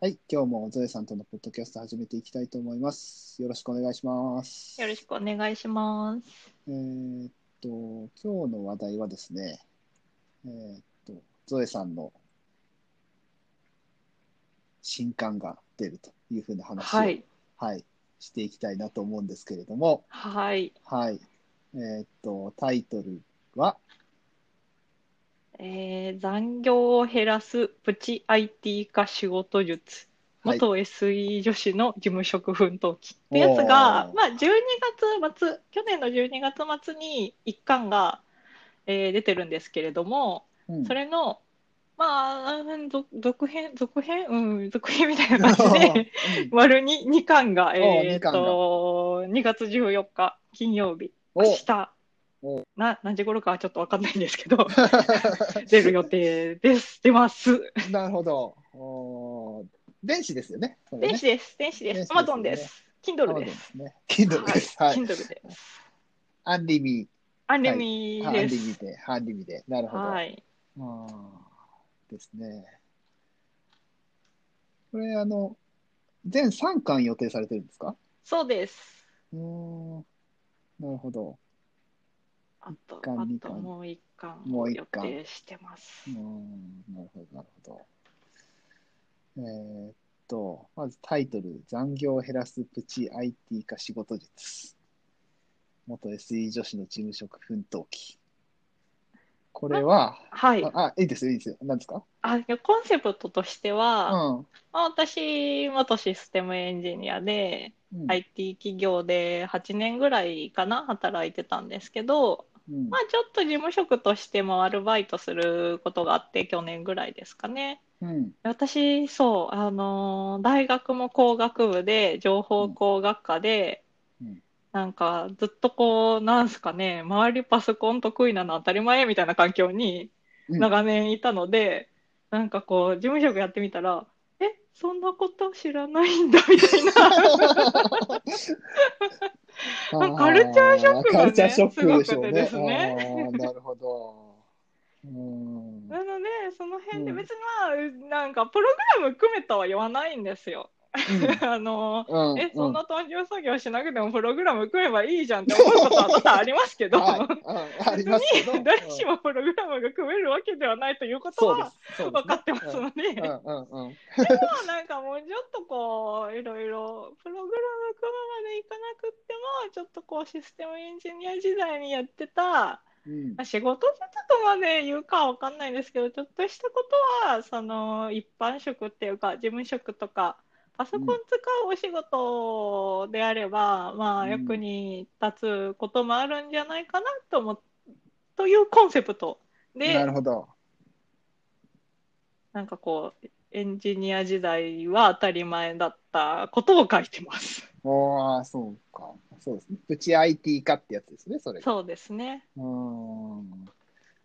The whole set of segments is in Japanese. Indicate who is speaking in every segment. Speaker 1: はい、今日もゾエさんとのポッドキャスト始めていきたいと思います。よろしくお願いします。
Speaker 2: よろしくお願いします。
Speaker 1: えーっと、今日の話題はですね、えーっと、ゾエさんの新刊が出るというふうな話を、
Speaker 2: は
Speaker 1: はい
Speaker 2: い。
Speaker 1: していきたいなと思うんですけれども、
Speaker 2: はい。
Speaker 1: はい。えーっと、タイトルは、
Speaker 2: えー残業を減らすプチ IT 化仕事術。
Speaker 1: はい
Speaker 2: 元 SE 女子の事務職奮闘記って
Speaker 1: おー
Speaker 2: やつが、まあ、12月末、去年の12月末に一巻が、えー出てるんですけれども、
Speaker 1: うん
Speaker 2: それの、まあ、うん続続編、続編、うん、続編みたいな感じ で、
Speaker 1: うん
Speaker 2: 丸に2巻が、えー
Speaker 1: 二巻が
Speaker 2: と、2月14日、金曜日、明 日
Speaker 1: お
Speaker 2: な、何時頃かはちょっとわかんないんですけど、 出る予定です。出ます。
Speaker 1: なるほど。おー電子ですよね。これね
Speaker 2: 電子です。電子で
Speaker 1: 電
Speaker 2: す。
Speaker 1: 子ですよね
Speaker 2: Amazon です。Kindle
Speaker 1: そう
Speaker 2: で。
Speaker 1: ですすね。Kindle です。
Speaker 2: は。
Speaker 1: はいい。
Speaker 2: Kindle です。
Speaker 1: アンリミ
Speaker 2: アンリミ
Speaker 1: アン
Speaker 2: で
Speaker 1: リミ
Speaker 2: す。
Speaker 1: で、アンリミで。なるほど。
Speaker 2: はい。
Speaker 1: あーですね。これ、あの、全3巻予定されてるんですか
Speaker 2: そうです。
Speaker 1: うーん。なるほど。
Speaker 2: あと、
Speaker 1: 一巻
Speaker 2: あ
Speaker 1: 二
Speaker 2: と
Speaker 1: 巻
Speaker 2: もう一巻
Speaker 1: も
Speaker 2: を
Speaker 1: う一
Speaker 2: 予
Speaker 1: 巻
Speaker 2: 定してます
Speaker 1: うー。ん。なるほど、なるほど。えーっと、まずタイトル、残業を減らすプチ IT 化仕事術。元 SE 女子の事務職奮闘記。これは、
Speaker 2: はい。
Speaker 1: あ、あいいですよ、いいですよ。何ですか
Speaker 2: あ、いやコンセプトとして
Speaker 1: うん
Speaker 2: は、。まあ、私、元システムエンジニアで、
Speaker 1: うん。
Speaker 2: IT 企業で8年ぐらいかな、働いてたんですけど、
Speaker 1: うん。
Speaker 2: まあちょっと事務職としてもアルバイトすることがあって去年ぐらいですかね。
Speaker 1: うん。
Speaker 2: 私、そう、あのー大学も工学部で、情報工学科で、
Speaker 1: うんうん
Speaker 2: なんかずっとこう、なんすかね、周りパソコン得意なの当たり前みたいな環境に
Speaker 1: うん
Speaker 2: 長年いたので、なんかこう、事務職やってみたら、え、そんなこと知らないんだみた いな。
Speaker 1: あ
Speaker 2: カルチャーショックがね
Speaker 1: カルチャーショックでしょうね。
Speaker 2: すごくて
Speaker 1: あーなるほど。うーん。
Speaker 2: なので、その辺で
Speaker 1: うん
Speaker 2: 別にまあ、なんかプログラム組めとは言わないんですよ。 あの、
Speaker 1: うん。
Speaker 2: え、そん
Speaker 1: う
Speaker 2: な単純作業しなくてもプログラム組めばいいじゃんって思うことは多々ありますけど、
Speaker 1: はいうんありますけど。
Speaker 2: 誰し
Speaker 1: も
Speaker 2: もプログラムが組めるわけではないということ
Speaker 1: そうで
Speaker 2: は
Speaker 1: す。そうですね
Speaker 2: 分かってます
Speaker 1: うん
Speaker 2: ので、ま
Speaker 1: うんうんうん。
Speaker 2: あなんかもうちょっとこう、いろいろプログラム組むまでいかなくっても、ちょっとこうシステムエンジニア時代にやってた、
Speaker 1: うん
Speaker 2: まあ、仕事術とまで言うかは分かんないんですけど、ちょっとしたことは、その一般職っていうか、事務職とか、パソコン使うお仕事であれば、ま
Speaker 1: う
Speaker 2: あ、
Speaker 1: ん
Speaker 2: 役に立つこともあるんじゃないかなと思っというコンセプトで、
Speaker 1: なるほど。
Speaker 2: なんかこう、エンジニア時代は当たり前だったことを書いてます。
Speaker 1: おー、そうか。そうですね。プチ IT 化ってやつですね、それが。
Speaker 2: そうですね。
Speaker 1: うーん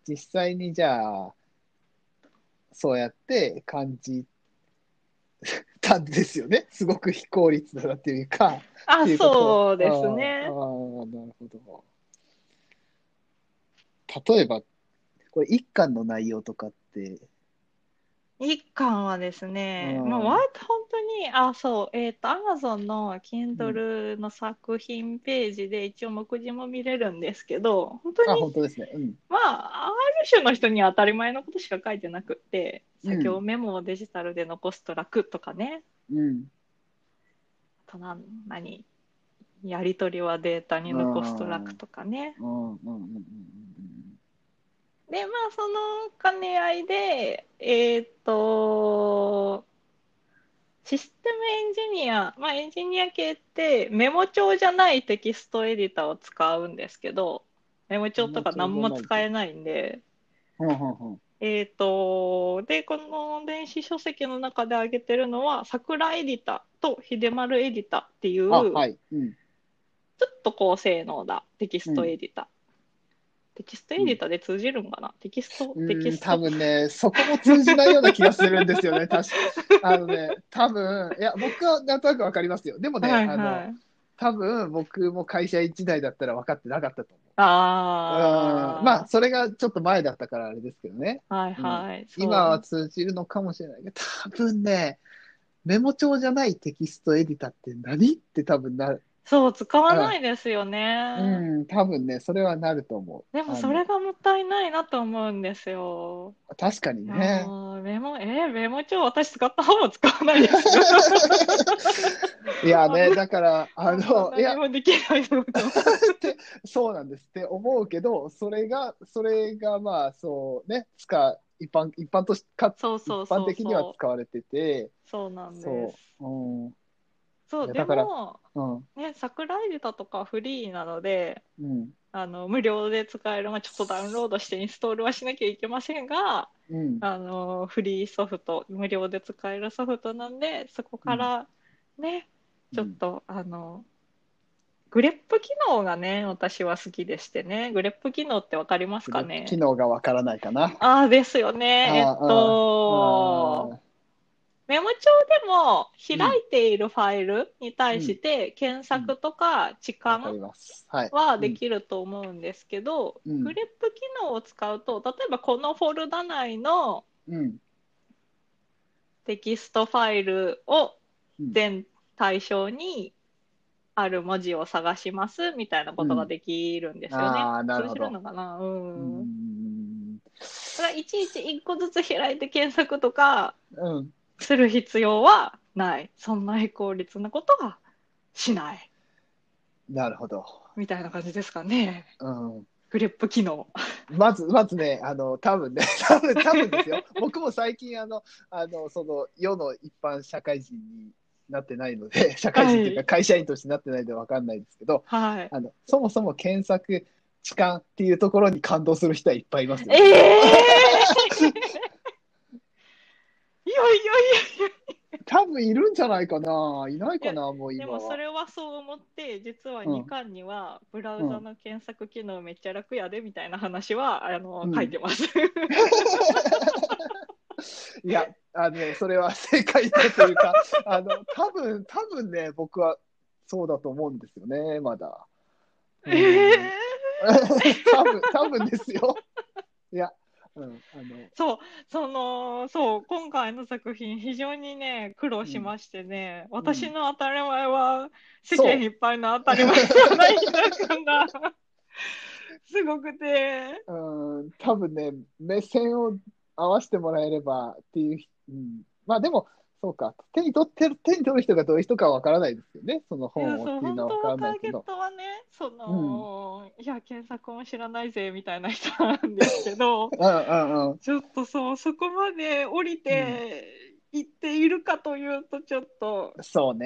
Speaker 1: 実際にじゃあそうやって感じたんですよねす ごく非効率だなっていうか
Speaker 2: あ、
Speaker 1: っていこと
Speaker 2: そうです
Speaker 1: あーあ
Speaker 2: ね。
Speaker 1: ーなるほど例えばこれ一巻の内容とかって
Speaker 2: 一巻はですね、
Speaker 1: うん
Speaker 2: まあ、割と本当に、あ、そう、えっと、Amazon の Kindle の作品ページで一応目次も見れるんですけど、本
Speaker 1: あ
Speaker 2: 当に、
Speaker 1: 本当ですねうん
Speaker 2: まあ、ある種の人には当たり前のことしか書いてなくって、
Speaker 1: うん
Speaker 2: 先をメモをデジタルで残すと楽とかね、
Speaker 1: うん
Speaker 2: あとなん、何、やり取りはデータに残すと楽とかね。
Speaker 1: うんうんうんうん
Speaker 2: で、まあ、その兼ね合いで、えっと、システムエンジニア、まあ、エンジニア系ってメモ帳じゃないテキストエディターを使うんですけど、メモ帳とか何も使えないんで、
Speaker 1: うんうんうんうん
Speaker 2: えっと、で、この電子書籍の中で挙げてるのは、桜エディターと秀丸エディターっていう、
Speaker 1: あはいうん
Speaker 2: ちょっと高性能だ、テキストエディター。テキストエディターで通じるんかな、テキスト、
Speaker 1: う
Speaker 2: テキ
Speaker 1: ん
Speaker 2: スト
Speaker 1: 多分ね、そこも通じないような気がするんです よね、確かあのね、多分いや、僕はなんとなくわかりますよ。でもね、
Speaker 2: はい
Speaker 1: あ
Speaker 2: は
Speaker 1: の
Speaker 2: い。
Speaker 1: 多分僕も会社一台だったら分かってなかったと思う。
Speaker 2: あ
Speaker 1: う
Speaker 2: あ。
Speaker 1: んまあ、それがちょっと前だったからあれですけどね、
Speaker 2: はいはい。そう
Speaker 1: 今は通じるのかもしれないけど、多分ね、メモ帳じゃないテキストエディターって何って多分なる。
Speaker 2: そう、使わないですよね。
Speaker 1: うん、多分ね、それはなると思う。
Speaker 2: でもそれがもったいないなと思うんですよ。
Speaker 1: あの確かに
Speaker 2: い
Speaker 1: ね
Speaker 2: や。ーメモ、えーメモ帳私使った方も使わないですよ。
Speaker 1: いやね、だから、 あ の、いや
Speaker 2: 何、もできな いと思ってます
Speaker 1: ってそうなんですって思うけど、それが、それがまあ、そうね、使一般一般としか
Speaker 2: そう
Speaker 1: 一
Speaker 2: そうそうそ
Speaker 1: 般
Speaker 2: う。
Speaker 1: 的には使われてて、
Speaker 2: そうなんです。
Speaker 1: そううん、
Speaker 2: そう、
Speaker 1: いや
Speaker 2: で
Speaker 1: だから
Speaker 2: も、
Speaker 1: うん、
Speaker 2: ね、桜井歌とかはフリーなので、
Speaker 1: うん、
Speaker 2: あの、無料で使える、まあ、ちょっとダウンロードしてインストールはしなきゃいけませんが、
Speaker 1: うん、
Speaker 2: あの、フリーソフト、無料で使えるソフトなんで、そこからね、ちょっと、あの、グレップ機能がね、私は好きでしてね、グレップ機能ってわかりますかね
Speaker 1: 機能がわからないかな。
Speaker 2: ああ、ですよね。え
Speaker 1: あー
Speaker 2: っと、
Speaker 1: あ
Speaker 2: メモ帳でも開いているファイルに対して検索とか置
Speaker 1: ーわかり
Speaker 2: 換
Speaker 1: ます。はい。
Speaker 2: はできると思うんですけど、
Speaker 1: うん
Speaker 2: グレップ機能を使うと、例えばこのフォルダ内の
Speaker 1: うん、
Speaker 2: テキストファイルを
Speaker 1: うん
Speaker 2: 全対象にある文字を探しますみたいなことができるんですよね。
Speaker 1: うんあーなる
Speaker 2: そ
Speaker 1: ほ
Speaker 2: うす
Speaker 1: ど
Speaker 2: るのかなうん
Speaker 1: う。ん、
Speaker 2: それはいちいち一個ずつ開いて検索とか
Speaker 1: うん、
Speaker 2: する必要はない。そんな非効率なことはしない。
Speaker 1: なるほど。
Speaker 2: みたいな感じですかね。
Speaker 1: うん。
Speaker 2: グレップ機能。
Speaker 1: まず、まずね、あの、多分ね、 多分、多分ですよ。僕も最近、あの、あの、その、世の一般社会人になってないので、社会人という
Speaker 2: は
Speaker 1: か
Speaker 2: い
Speaker 1: 会社員としてなってないのでわかんないですけど、
Speaker 2: はい。
Speaker 1: あの、そもそも検索、痴漢っていうところに感動する人はいっぱいいますよ、
Speaker 2: ええー、いやいや いや
Speaker 1: 多分いるんじゃないかないないかなもう
Speaker 2: で
Speaker 1: 今は。
Speaker 2: もそれはそう思って実は
Speaker 1: うん
Speaker 2: 2巻にはブラウザの検索機能めっちゃ楽やでみたいな話はあの、
Speaker 1: うん
Speaker 2: 書いてます。
Speaker 1: いや、あのね、それは正解だと いうか、あの、多分、多分ね、僕はそうだと思うんですよね、まだ。うん
Speaker 2: ええー、
Speaker 1: 多分多分ですよ。いや、うん、あの、
Speaker 2: そうそのそう今回の作品非常にね苦労しましてね、私の当たり前は世間いっぱいの当たり前じゃないんだ感がすごくて。
Speaker 1: うん、多分ね、目線を合わせてもらえればっていう、うん、まあでも、そうか、手に取ってる、手に取る人がどういう人かわからないですよね、その
Speaker 2: いや
Speaker 1: 本を
Speaker 2: そう
Speaker 1: っていう
Speaker 2: 本
Speaker 1: の
Speaker 2: 当
Speaker 1: はわから
Speaker 2: はタ
Speaker 1: ない
Speaker 2: ーゲ
Speaker 1: け
Speaker 2: ッ
Speaker 1: ど。
Speaker 2: トはね、その、いや、検索も知らないぜみたいな人なんですけど、
Speaker 1: うんうんうん。
Speaker 2: ちょっとそう、そこまで降りていっているかというと、ちょっと、
Speaker 1: そう
Speaker 2: ね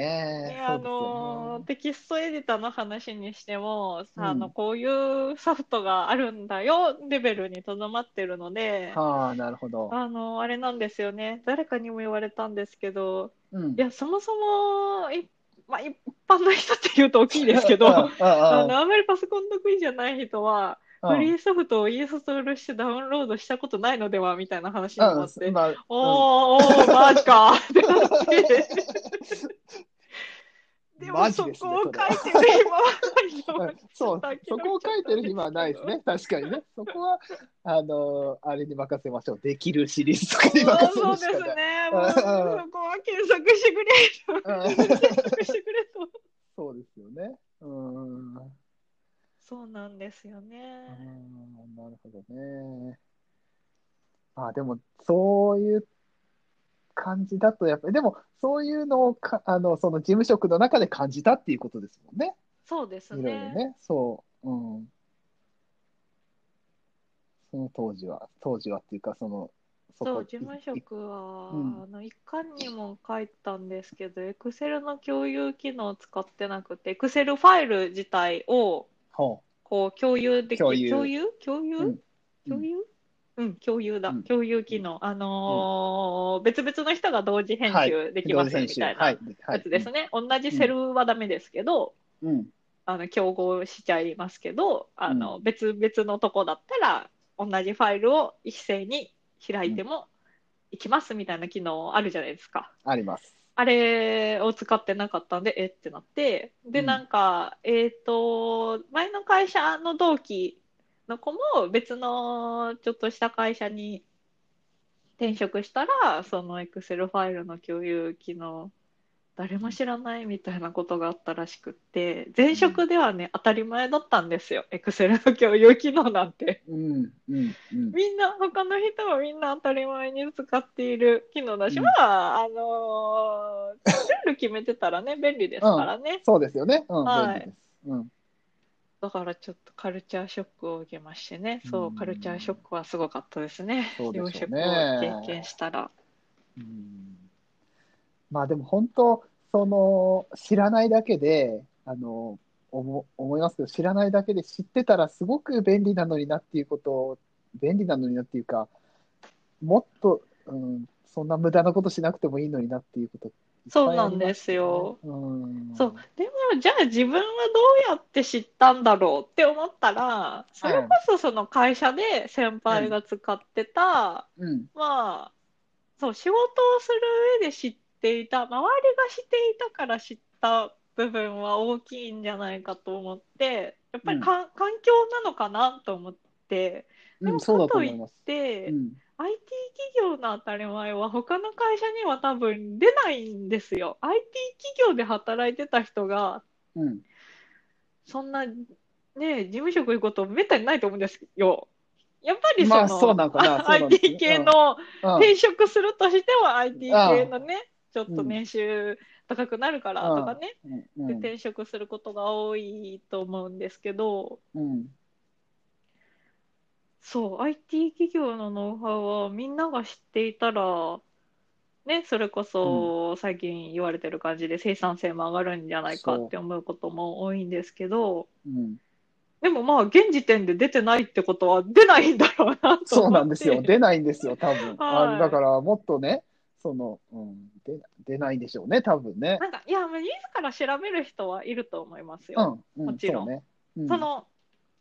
Speaker 1: ね。
Speaker 2: あ
Speaker 1: そうですよ
Speaker 2: の
Speaker 1: ね
Speaker 2: テキストエディターの話にしても
Speaker 1: う
Speaker 2: さ、
Speaker 1: ん
Speaker 2: あのこういうソフトがあるんだよレベルにとどまってるので、
Speaker 1: はあ、なるほど。
Speaker 2: あのあれなんですよね誰かにも言われたんですけど
Speaker 1: うん
Speaker 2: い。やそもそもい、まあ、一般の人っていうと大きいですけ
Speaker 1: うんうんう
Speaker 2: ど
Speaker 1: ん
Speaker 2: あのあまりパソコン得意じゃない人は、
Speaker 1: うん
Speaker 2: フリーソフトをインストールしてダウンロードしたことないのではみたいな話になって、
Speaker 1: うんまあ
Speaker 2: おーおーマジか ってなって。でも
Speaker 1: マジ
Speaker 2: そ
Speaker 1: ですね
Speaker 2: こを書い
Speaker 1: それは
Speaker 2: てる暇はないよ
Speaker 1: うんそう、そこを書いてる暇はないです ね。確かにね。そこは、あのーあれに任せましょう。できるシリーズとかに任せ
Speaker 2: そ
Speaker 1: る
Speaker 2: う
Speaker 1: し
Speaker 2: です
Speaker 1: かない。
Speaker 2: ね。
Speaker 1: う
Speaker 2: も
Speaker 1: ん
Speaker 2: うそこは検索してくれ
Speaker 1: うん
Speaker 2: と。検索してくれと。
Speaker 1: そうですよね。うーん。う
Speaker 2: そうなんですよ
Speaker 1: ー
Speaker 2: ね。
Speaker 1: んなるほどね。あ、でも、そういう感じだと、やっぱり、でも、そういうのをか、あの、その事務職の中で感じたっていうことですもんね。
Speaker 2: そうです
Speaker 1: いろいろ
Speaker 2: ね。
Speaker 1: ね。そう。うん。その当時は、当時はっていうか、その、そ
Speaker 2: そう、
Speaker 1: こ
Speaker 2: 事務
Speaker 1: い
Speaker 2: 職は、
Speaker 1: うん
Speaker 2: あの一巻にも書いたんですけど、Excel の共有機能を使ってなくて、Excel ファイル自体を
Speaker 1: ほ
Speaker 2: こう共有でき
Speaker 1: 共有
Speaker 2: 共有共有、
Speaker 1: うん
Speaker 2: 共有うん、共有だ、
Speaker 1: うん
Speaker 2: 共有機能、あのー別々の人が同時編
Speaker 1: は
Speaker 2: 集で
Speaker 1: う
Speaker 2: きます
Speaker 1: 同
Speaker 2: み
Speaker 1: 時編集
Speaker 2: たいな
Speaker 1: はい、はい
Speaker 2: やつですね、同じセルはダメですけど、
Speaker 1: うん。
Speaker 2: あの競合しちゃいますけどあの、別々のとこだったら同じファイルを一斉に開いてもいきますみたいな機能あるじゃないですか。
Speaker 1: あります。
Speaker 2: あれを使ってなかったんで、えってなって、で、
Speaker 1: うん
Speaker 2: なんか、えっ、と、前の会社の同期の子も別のちょっとした会社に転職したら、そのエクセルファイルの共有機能、誰も知らないみたいなことがあったらしくって、前職ではね、当たり前だったんですよ、エクセルの共有機能なんて。
Speaker 1: うん、うん、うん。
Speaker 2: みんな、他の人はみんな当たり前に使っている機能だし、
Speaker 1: うん
Speaker 2: まあ、あのールール決めて たらね、便利ですからね。
Speaker 1: そうですよね。うん、
Speaker 2: は
Speaker 1: 便利
Speaker 2: い
Speaker 1: です。うん。
Speaker 2: だからちょっとカルチャーショックを受けましてね、そうう、
Speaker 1: ん
Speaker 2: カルチャーショックはすごかったですね、
Speaker 1: そうでしょう
Speaker 2: 両
Speaker 1: ね
Speaker 2: 職を経験したら。
Speaker 1: うんまあでも本当、その、知らないだけで、あの、思思いますけど、知らないだけで知ってたらすごく便利なのになっていうことを、便利なのになっていうか、もっと、うん、そんな無駄なことしなくてもいいのになっていうこといっぱいありまよね。うん。
Speaker 2: そう、でも、じゃあ自分はどうやって知ったんだろうって思ったら、それこそその会社で先輩が使ってた、
Speaker 1: うん。
Speaker 2: まあ、そう、仕事をする上で知っていた、周りがしていたから知った部分は大きいんじゃないかと思って、やっぱりか環境なのかなと思って、
Speaker 1: う
Speaker 2: で
Speaker 1: ん、
Speaker 2: も
Speaker 1: そうだと
Speaker 2: かと
Speaker 1: 思
Speaker 2: い
Speaker 1: い
Speaker 2: っ
Speaker 1: ます。
Speaker 2: て、
Speaker 1: うん
Speaker 2: IT 企業の当たり前は他の会社には多分出ないんですよ。IT 企業で働いてた人が、
Speaker 1: うん。
Speaker 2: そんな、ね、事務職行くことめったにないと思うんですよ。やっぱりそ
Speaker 1: ま
Speaker 2: の、
Speaker 1: あそうなんかなそうなんですね
Speaker 2: IT 系の
Speaker 1: うん
Speaker 2: 転職するとしても IT 系のね、ちょっ
Speaker 1: う
Speaker 2: と
Speaker 1: ん
Speaker 2: 年収高くなるからとかね、
Speaker 1: うん
Speaker 2: で転職することが多いと思うんですけど、
Speaker 1: うん。
Speaker 2: そう、IT 企業のノウハウはみんなが知っていたら、ね、それこそ最近言われてる感じで生産性も上がるんじゃないかって思うことも多いんですけど、
Speaker 1: うん。
Speaker 2: でもまあ現時点で出てないってことは出ないんだろうなと
Speaker 1: そうなん
Speaker 2: 思っ
Speaker 1: です よ。
Speaker 2: て。
Speaker 1: 出ないんですよ、多分。
Speaker 2: はい
Speaker 1: あだから、もっとね、その、うん、出出ないでしょうね、多分ね。
Speaker 2: なんか、いや、まあ自ら調べる人はいると思います
Speaker 1: う
Speaker 2: よ。
Speaker 1: ん、うん、
Speaker 2: もちろん
Speaker 1: そうね。うん、
Speaker 2: その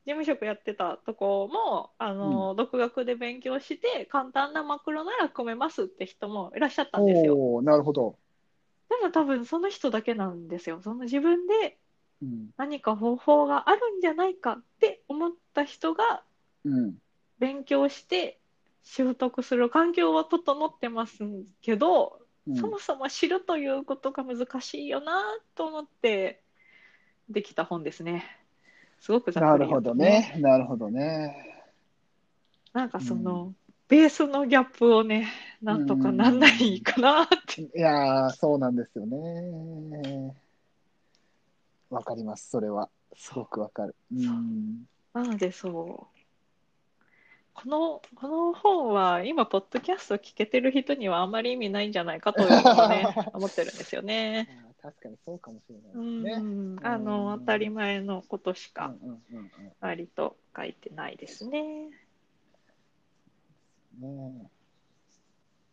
Speaker 2: 事務職やってたとこもあの、独学で勉強して簡単なマクロなら組めますって人もいらっしゃったんですよ
Speaker 1: おおーなるほど。
Speaker 2: でも多分その人だけなんですよその自分で
Speaker 1: うん、
Speaker 2: 何か方法があるんじゃないかって思った人が
Speaker 1: うん、
Speaker 2: 勉強して習得する環境は整ってますけど、
Speaker 1: うん
Speaker 2: そもそも知るということが難しいよなと思ってできた本ですねすごくざっ
Speaker 1: な
Speaker 2: くり
Speaker 1: る
Speaker 2: 言
Speaker 1: ほ
Speaker 2: うと
Speaker 1: どね。なるほどね。
Speaker 2: なんかその、
Speaker 1: う
Speaker 2: ベースのギャップをね、なんとかなんないかなって。
Speaker 1: いやー、そうなんですよね。わかります、それは。すごくわかる。うん。
Speaker 2: なのでそう。この、この本は今、ポッドキャスト聞けてる人にはあまり意味ないんじゃないかというのを ね、思ってるんですよ
Speaker 1: あ
Speaker 2: ね。
Speaker 1: ー確かにそうかもしれな
Speaker 2: う
Speaker 1: いですね。
Speaker 2: ん、あの、
Speaker 1: うん
Speaker 2: 当たり前のことし
Speaker 1: うん
Speaker 2: か
Speaker 1: うんうん
Speaker 2: 割と書いてないですね。
Speaker 1: うんね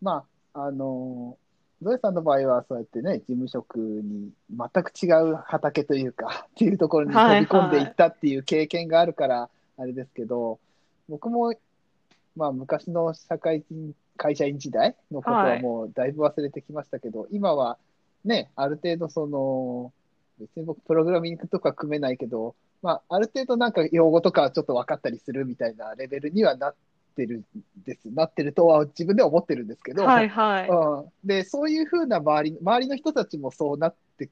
Speaker 1: まあ、あのー、ゾエさんの場合は、そうやってね、事務職に全く違う畑というか、っていうところに飛び込んでいったっていう経験があるから、あれですけど、僕も、まあ、昔の社会人、会社員時代のことはもうだいぶ忘れてきましたけど、今はね、ある程度その、別に僕プログラミングとか組めないけど、まあ、ある程度なんか用語とかはちょっと分かったりするみたいなレベルにはなってるです、なってるとは自分では思ってるんですけど、
Speaker 2: はいはい。
Speaker 1: うん、で、そういうふうな周り、周りの人たちもそうなって、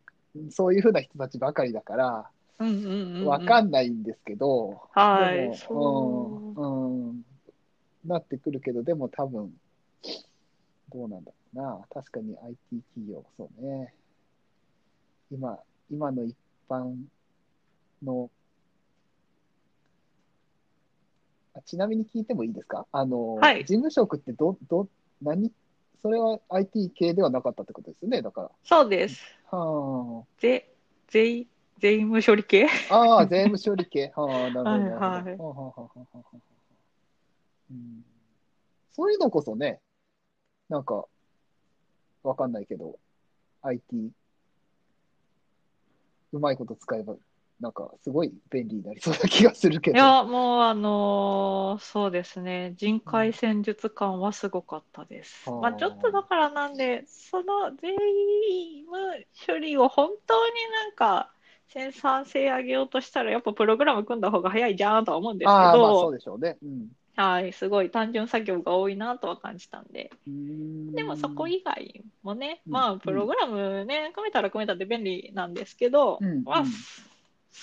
Speaker 1: そういうふうな人たちばかりだから、
Speaker 2: うんうんうん。
Speaker 1: わかんないんですけど、
Speaker 2: は
Speaker 1: で
Speaker 2: い。
Speaker 1: も
Speaker 2: そう。
Speaker 1: うん、うん、なってくるけど、でも多分、どうなんだろうな。確かに IT 企業、そうね。今、今の一般の、あちなみに聞いてもいいですかあの、
Speaker 2: はい
Speaker 1: 事務職ってど、ど、何、それは IT 系ではなかったってことですよね、だか
Speaker 2: そうです。
Speaker 1: ら。は
Speaker 2: ぜ、税、税務処理系
Speaker 1: あ。ああ、税務処理系。 はあ、なるほど、なるほど。
Speaker 2: はいはい
Speaker 1: はあはあはあはあはあうんそういうのこそね、なんか、わかんないけど、IT、うまいこと使えば、なんか、すごい便利になりそうな気がするけ
Speaker 2: い
Speaker 1: ど。
Speaker 2: や、もうあのーそうですね、人海戦術感はすごかったです。
Speaker 1: うん
Speaker 2: まあ、ちょっとだからなんで、その税務処理を本当になんか、生産性上げようとしたら、やっぱプログラム組んだ方が早いじゃんとは思うんですけ
Speaker 1: ああ、まあ、そ
Speaker 2: ど
Speaker 1: う、でしょうね。うん。
Speaker 2: はい、すごい単純作業が多いなとは感じたんで。
Speaker 1: で
Speaker 2: でもそこ以外もね、
Speaker 1: うん
Speaker 2: ま
Speaker 1: う
Speaker 2: あ
Speaker 1: ん
Speaker 2: プログラムね、組めたら組めたで便利なんですけど、
Speaker 1: うん
Speaker 2: まあ
Speaker 1: うん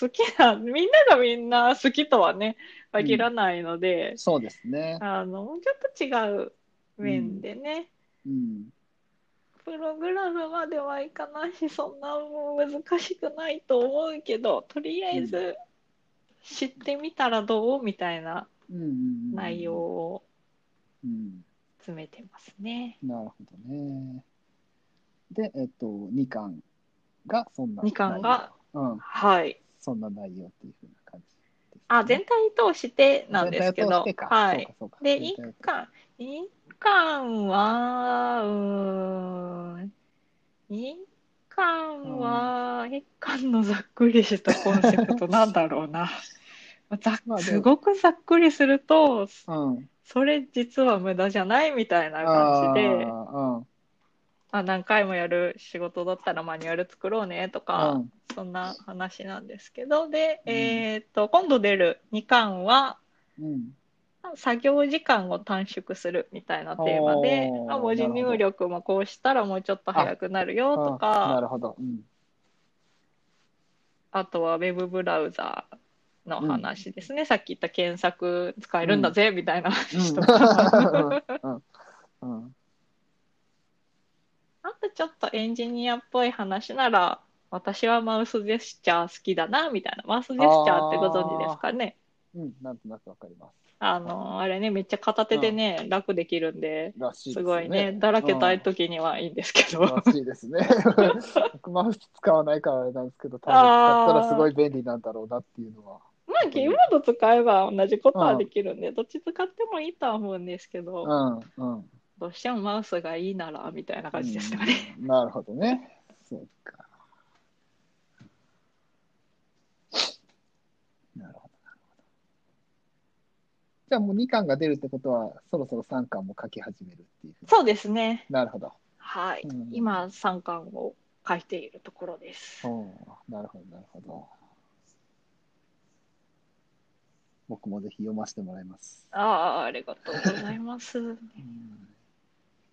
Speaker 2: 好きな、みんながみんな好きとはね、限らないので、
Speaker 1: そうですね。
Speaker 2: あの、もうちょっと違う面でね、
Speaker 1: うん。
Speaker 2: プログラムまではいかないし、そんなもう難しくないと思うけど、とりあえず知ってみたらどうみたいな
Speaker 1: うんうんうん
Speaker 2: 内容。を
Speaker 1: うん。
Speaker 2: 詰めてますね。
Speaker 1: なるほどね。で、えっと、2巻がそんな
Speaker 2: 二巻が
Speaker 1: 内容。うん。
Speaker 2: はい。
Speaker 1: そんな内容っていうふうな感じですね、
Speaker 2: あ、全体通してなんですけ
Speaker 1: 全体を
Speaker 2: ど
Speaker 1: 通して、か
Speaker 2: は
Speaker 1: そ
Speaker 2: い。。
Speaker 1: うかそうか
Speaker 2: で、
Speaker 1: 全
Speaker 2: 一
Speaker 1: 体を
Speaker 2: 巻、一巻は、うーん、一巻は、一巻のざっくりしたコンセプトなんだろ うな。ざっ
Speaker 1: まあでも
Speaker 2: すごくざっくりすると、
Speaker 1: うん。
Speaker 2: それ実は無駄じゃないみたいな感じで、
Speaker 1: あ
Speaker 2: あ、何回もやる仕事だったらマニュアル作ろうねと
Speaker 1: ー、う
Speaker 2: か、
Speaker 1: ん。
Speaker 2: そんな話なんですけど、で、
Speaker 1: うん
Speaker 2: えっと、今度出る2巻は、
Speaker 1: うん。
Speaker 2: 作業時間を短縮するみたいなテーマで、
Speaker 1: おー
Speaker 2: まあ、文字入力もこうしたらもうちょっと早くなる
Speaker 1: う
Speaker 2: よ
Speaker 1: ん。
Speaker 2: と
Speaker 1: あな
Speaker 2: か、
Speaker 1: るほど。うん。
Speaker 2: あとはウェブブラウザーの話ですね。さっき言った検索使えるんだぜみたいな話とか。
Speaker 1: うん。うん。
Speaker 2: あとちょっとエンジニアっぽい話なら、私はマウスジェスチャー好きだなみたいな。マウスジェスチャーってご存知ですかね。
Speaker 1: うん。なんとなくわかります。
Speaker 2: あの、あれね、めっちゃ片手でね、楽できるんで、
Speaker 1: らしいですす
Speaker 2: ごいね、だらけたい時にはいいんですけど。
Speaker 1: らしいですね。僕マウス使わないからあれなんですけど、多分使ったらすごい便利なんだろうなっていうのは。
Speaker 2: まあ、キーボード使えば同じことはできるんで、どっち使ってもいいとは思うんですけど、
Speaker 1: うんうん。
Speaker 2: どうしてもマウスがいいならみたいな感じですかね。
Speaker 1: うんなるほどね。そうか。なるほど、なるほど。じゃあもう2巻が出るってことは、そろそろ3巻も書き始めるっていうふうに
Speaker 2: そうですね。
Speaker 1: なるほど。
Speaker 2: はい。
Speaker 1: うん
Speaker 2: 今、3巻を書いているところです。
Speaker 1: うんなるほど、なるほど。僕もぜひ読ませてもらいます。
Speaker 2: ああ、ありがとうございます。
Speaker 1: うん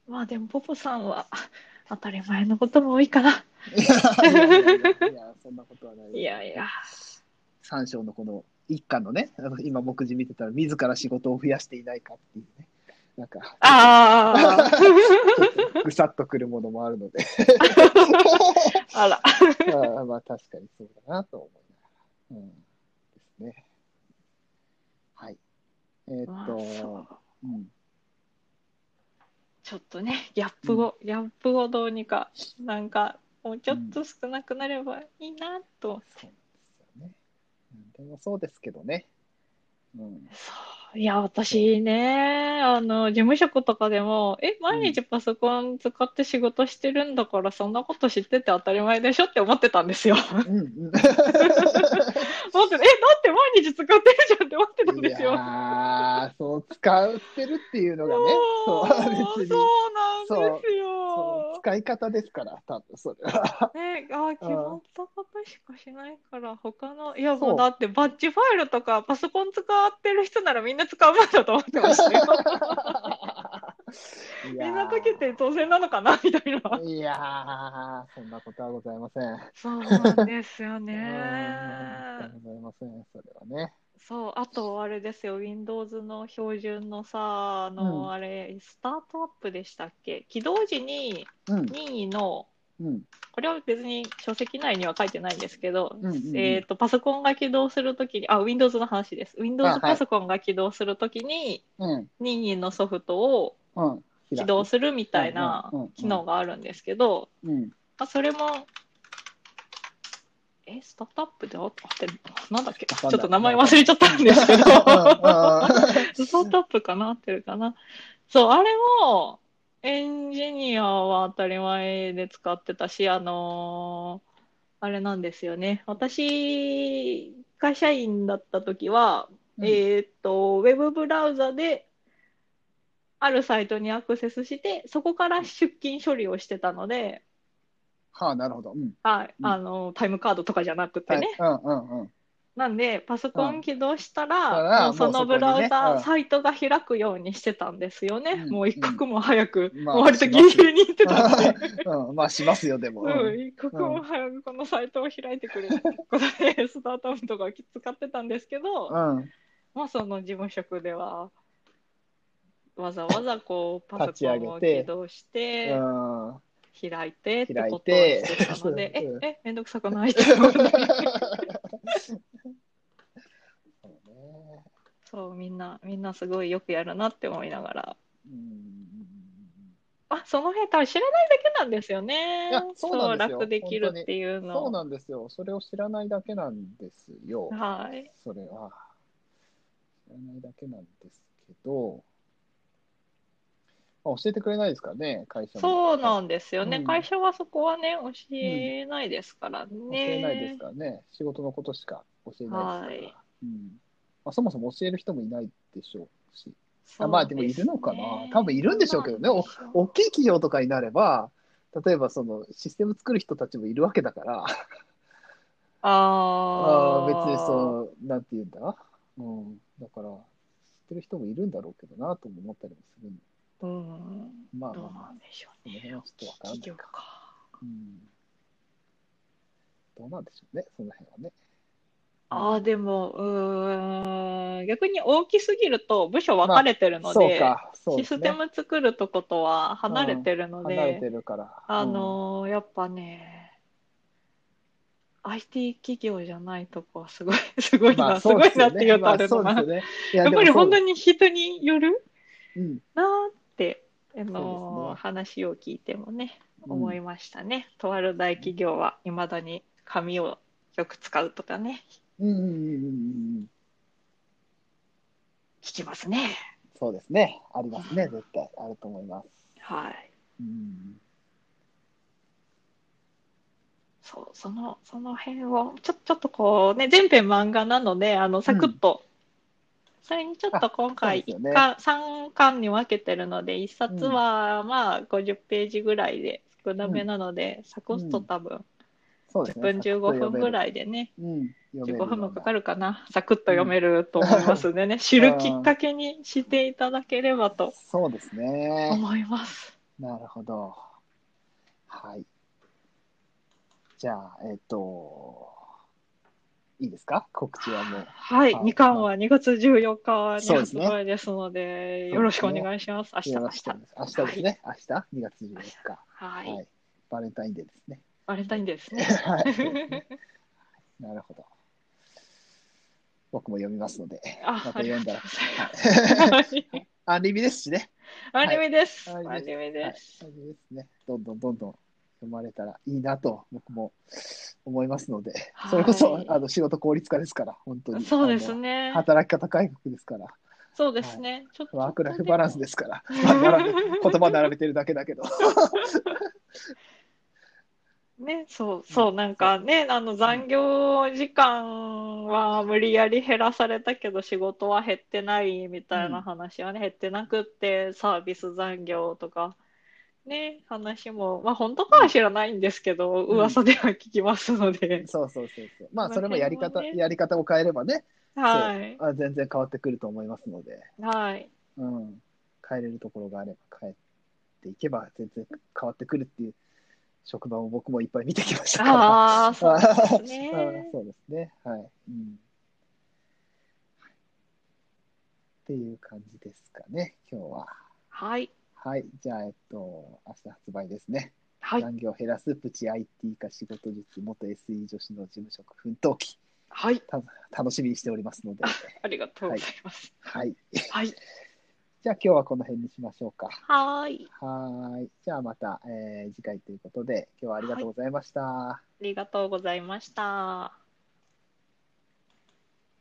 Speaker 2: まあ、でも、ポポさんは当たり前のことも多いから。
Speaker 1: いやいやいやいや、そんなことはない。
Speaker 2: いやいや。
Speaker 1: 三章のこの一巻のね、あの今、目次見てたら、自ら仕事を増やしていないかっていうね、なんか、
Speaker 2: あ あ、
Speaker 1: ぐさっとくるものもあるの で、
Speaker 2: あら。
Speaker 1: ああまあ確かにそうだなと思いながら。うん、ですね。はい。えー
Speaker 2: ま
Speaker 1: っ
Speaker 2: あ
Speaker 1: と、
Speaker 2: そう
Speaker 1: うん、
Speaker 2: ちょっとね、ギャップを、ギャップをどうにか、なんか、もうちょっと少なくなればいいなと。
Speaker 1: そうなんですよね。うんでもそうですけどね。うん、
Speaker 2: そういや、私ね、あの、事務職とかでも、え、毎日パソコン使って仕事してるんだから、そんなこと知ってて当たり前でしょって思ってたんですよ。 思って
Speaker 1: うん、うん。
Speaker 2: え、だって毎日使ってるじゃんって思ってたん
Speaker 1: い
Speaker 2: ですよ。
Speaker 1: やー、そう、使ってるっていうのがね、
Speaker 2: そ
Speaker 1: そう、
Speaker 2: う
Speaker 1: 別に。
Speaker 2: そうなんです
Speaker 1: そう
Speaker 2: よ。
Speaker 1: 使い方ですから、多分それは。
Speaker 2: ね、あ、決まったことしかしないから、他の、いや、もう
Speaker 1: そう
Speaker 2: だってバッジファイルとか、パソコン使ってる人ならみんな使うもんだと思ってましたよ。
Speaker 1: いやー
Speaker 2: みんなかけて当然なのかなみたいな。
Speaker 1: いやー、そんなことはございません。
Speaker 2: そうなんですよね
Speaker 1: うん。ございません、それはね。
Speaker 2: そう、あとあれですよ、Windows の標準のさ、あ
Speaker 1: うん
Speaker 2: の、あれ、スタートアップでしたっけ起動時に
Speaker 1: う
Speaker 2: 任意の、
Speaker 1: ん、うん、
Speaker 2: これは別に書籍内には書いてないんですけど、
Speaker 1: うんうんうん
Speaker 2: えっと、パソコンが起動するときに、あ、Windows の話です。
Speaker 1: あは
Speaker 2: Windows
Speaker 1: い
Speaker 2: パソコンが起動するときに、
Speaker 1: うん、
Speaker 2: 任意のソフトを
Speaker 1: うん。
Speaker 2: 起動するみたい
Speaker 1: うんうんうんう
Speaker 2: なん機能があるんですけど、
Speaker 1: うん。
Speaker 2: まあ、それも、え、スタートアップで合ってるなんだっけちょ
Speaker 1: かんない
Speaker 2: っと名前忘れちゃったんですけど、スタートアップかな合ってるかなそう、あれも、エンジニアは当たり前で使ってたし、あのーあれなんですよね。私、会社員だった時は、 えーっと、ウェブブラウザで、あるサイトにアクセスして、そこから出勤処理をしてたので、
Speaker 1: はあ、なるほど。うん。
Speaker 2: はい、
Speaker 1: うん
Speaker 2: あのタイムカードとかじゃなくて
Speaker 1: はい
Speaker 2: ね、。
Speaker 1: うん、うん、うん。
Speaker 2: なんで、パソコン起動した、
Speaker 1: うんだからら
Speaker 2: もうそ
Speaker 1: もうそこ
Speaker 2: のブ
Speaker 1: にね
Speaker 2: ラウザ
Speaker 1: う
Speaker 2: ー、
Speaker 1: ん
Speaker 2: サイトが開くようにしてたんですよね。
Speaker 1: うん
Speaker 2: もう一刻も早く、
Speaker 1: うんまあ
Speaker 2: もう割とギリギリに行ってたんで、
Speaker 1: うん、まあしますよ、でも。
Speaker 2: う、
Speaker 1: うんん
Speaker 2: 一刻も早くこのサイトを開いてくれってことで、スタートアップとか使ってたんですけど、
Speaker 1: うん、
Speaker 2: まあ、その事務職では、わざわざこう、パ
Speaker 1: 立ち
Speaker 2: ソコ
Speaker 1: 上
Speaker 2: ンを
Speaker 1: げて
Speaker 2: 起動して、
Speaker 1: うん
Speaker 2: 開いてって
Speaker 1: 開
Speaker 2: こと
Speaker 1: い
Speaker 2: をしててたので、
Speaker 1: うん
Speaker 2: え、え、めんどくさくないって思って。
Speaker 1: そうね
Speaker 2: そう、みんな、みんなすごいよくやるなって思いながら。
Speaker 1: うん
Speaker 2: あ、その辺多分知らないだけなんですよね。
Speaker 1: いやそうなんですよ
Speaker 2: そう楽できるっていうの。
Speaker 1: そうなんですよ。それを知らないだけなんですよ。
Speaker 2: はい。
Speaker 1: それは。知らないだけなんですけど、あ教えてくれないですかね、会社も。
Speaker 2: そうなんですよね。
Speaker 1: うん
Speaker 2: 会社はそこはね、教えないですか
Speaker 1: 教
Speaker 2: ら
Speaker 1: えないです
Speaker 2: ね。
Speaker 1: からね。仕事のことしか教えないですから。
Speaker 2: はい
Speaker 1: うんまあ、そもそも教える人もいないでしょうし。
Speaker 2: そう
Speaker 1: あまあでもいるのかな
Speaker 2: ですね
Speaker 1: 多分いるんでしょうけどね
Speaker 2: そうなんですよ
Speaker 1: 大きい企業とかになれば、例えばそのシステム作る人たちもいるわけだから、あ
Speaker 2: あ
Speaker 1: ー別に
Speaker 2: う。
Speaker 1: そう、なんて言うんだ、うん、だから、知ってる人もいるんだろうけどなとも思ったりもするんで
Speaker 2: うん。
Speaker 1: まあ
Speaker 2: ど
Speaker 1: まあ
Speaker 2: う
Speaker 1: ま
Speaker 2: な
Speaker 1: あ、
Speaker 2: んでしょ
Speaker 1: そ
Speaker 2: う
Speaker 1: の
Speaker 2: ね。
Speaker 1: 辺はちょっとわからない
Speaker 2: 企業か。
Speaker 1: うん。どうなんでしょうね、その辺はね。
Speaker 2: ああ、でも、うーん。逆に大きすぎると部署分かれてるの
Speaker 1: そう
Speaker 2: で、
Speaker 1: か、そう
Speaker 2: シ
Speaker 1: です
Speaker 2: ステ
Speaker 1: ね。
Speaker 2: ム作るとことは離れてるの
Speaker 1: 離れ
Speaker 2: で
Speaker 1: て、るから。
Speaker 2: あのーやっぱね、IT 企業じゃないとこはすごい、 すご
Speaker 1: う
Speaker 2: い
Speaker 1: ん、ま
Speaker 2: な、
Speaker 1: あ、
Speaker 2: す
Speaker 1: そう
Speaker 2: ご
Speaker 1: で
Speaker 2: い
Speaker 1: す
Speaker 2: なっ
Speaker 1: よ
Speaker 2: て
Speaker 1: ね。
Speaker 2: 言うと
Speaker 1: ま
Speaker 2: あ
Speaker 1: あ、
Speaker 2: れ
Speaker 1: そ
Speaker 2: だ
Speaker 1: うで
Speaker 2: な。
Speaker 1: す
Speaker 2: や
Speaker 1: よね。
Speaker 2: っ
Speaker 1: いや
Speaker 2: ぱり本当
Speaker 1: に、
Speaker 2: に人による
Speaker 1: うん、
Speaker 2: なーって、あ
Speaker 1: そう
Speaker 2: のー
Speaker 1: ですね
Speaker 2: 話を聞いてもね、
Speaker 1: うん
Speaker 2: 思いましたね。とある大企業はいまだに紙をよく使うとかね、
Speaker 1: うん、うん、うん、うんうん。
Speaker 2: 聞きますね。
Speaker 1: そうですね。ありますね。絶対あると思います。
Speaker 2: はい。
Speaker 1: うん。
Speaker 2: そう、その、その辺を、ちょ、ちょっとこうね、全編漫画なので、あの、サクッと、それにちょっと今
Speaker 1: あそ
Speaker 2: 回、
Speaker 1: うですよね
Speaker 2: 一巻、3巻に分けてるので、一冊は、まあ、50ページぐらいで、少なめなので、サクッと多分、
Speaker 1: そうですね。
Speaker 2: 10分15分ぐ
Speaker 1: い。
Speaker 2: らいでね、
Speaker 1: うん。読
Speaker 2: 15分もかか
Speaker 1: る。
Speaker 2: るかな、サクッと読めると思いますんでね、知るきっかけにしていただければと
Speaker 1: そうですね。
Speaker 2: 思います。
Speaker 1: なるほど。はい。じゃあ、えっ、と、いいですか告知はもう。
Speaker 2: はい、
Speaker 1: はい
Speaker 2: 2巻は2月14日
Speaker 1: そう
Speaker 2: に
Speaker 1: ですね
Speaker 2: 発売ですので、よろしくお願いします。明日、
Speaker 1: よ
Speaker 2: 明
Speaker 1: ろし
Speaker 2: 日
Speaker 1: く。明日ですね。明日、2月14
Speaker 2: は、
Speaker 1: 日。はいい。バレンタインデーですね。
Speaker 2: バレンタインデーですね。
Speaker 1: はいそうですね。なるほど。僕も読みますので。
Speaker 2: あ、
Speaker 1: また
Speaker 2: あり
Speaker 1: 読
Speaker 2: が
Speaker 1: ん
Speaker 2: と
Speaker 1: だ
Speaker 2: う
Speaker 1: ら。
Speaker 2: ございます。
Speaker 1: アンリビですしね。
Speaker 2: アニメです。
Speaker 1: はい
Speaker 2: アニメ
Speaker 1: は
Speaker 2: で
Speaker 1: い
Speaker 2: す。
Speaker 1: そうですね。どんどんどんどん読まれたらいいなと僕も思いますので、
Speaker 2: はい
Speaker 1: それこそあの仕事効率化ですから、本当に。
Speaker 2: そうです
Speaker 1: あ
Speaker 2: ね
Speaker 1: の。働き方改革ですから、
Speaker 2: そうですね。ちょっと。
Speaker 1: ワークライフバランスですから、
Speaker 2: うん
Speaker 1: まあ並べ言葉並べてるだけだけど。
Speaker 2: ね、そう、そう、なんかね、あの残業時間は無理やり減らされたけど、仕事は減ってないみたいな話はね、減ってなくって、サービス残業とか。ね、話も、まあ本当かは知らないんですけど、
Speaker 1: ん
Speaker 2: 噂では聞きますので、
Speaker 1: そうそうそうそう。まあ
Speaker 2: まあ
Speaker 1: それもやり方、
Speaker 2: でもね
Speaker 1: やり方を変えればね、
Speaker 2: はい、
Speaker 1: あ全然変わってくると思いますので、
Speaker 2: はい、
Speaker 1: うん、変えれるところがあれば変えていけば全然変わってくるっていう職場を僕もいっぱい見てきましたから。
Speaker 2: ああ、そうです
Speaker 1: あ
Speaker 2: ね。
Speaker 1: そうですね。はい。うん。っていう感じですかね、今日は。
Speaker 2: はい、
Speaker 1: はい。じゃあ、えっと、明日発売ですね。
Speaker 2: はい、
Speaker 1: 残業を減らすプチ IT 化仕事術元 SE 女子の事務職奮闘記
Speaker 2: はい、
Speaker 1: た楽しみにしておりますので、
Speaker 2: ありがとうございます。
Speaker 1: はい。
Speaker 2: はい、
Speaker 1: じゃあ、今日はこの辺にしましょうか。
Speaker 2: はーい、
Speaker 1: はい。じゃあ、また、えー次回ということで、今日はありがとうございました。
Speaker 2: ありがとうございました。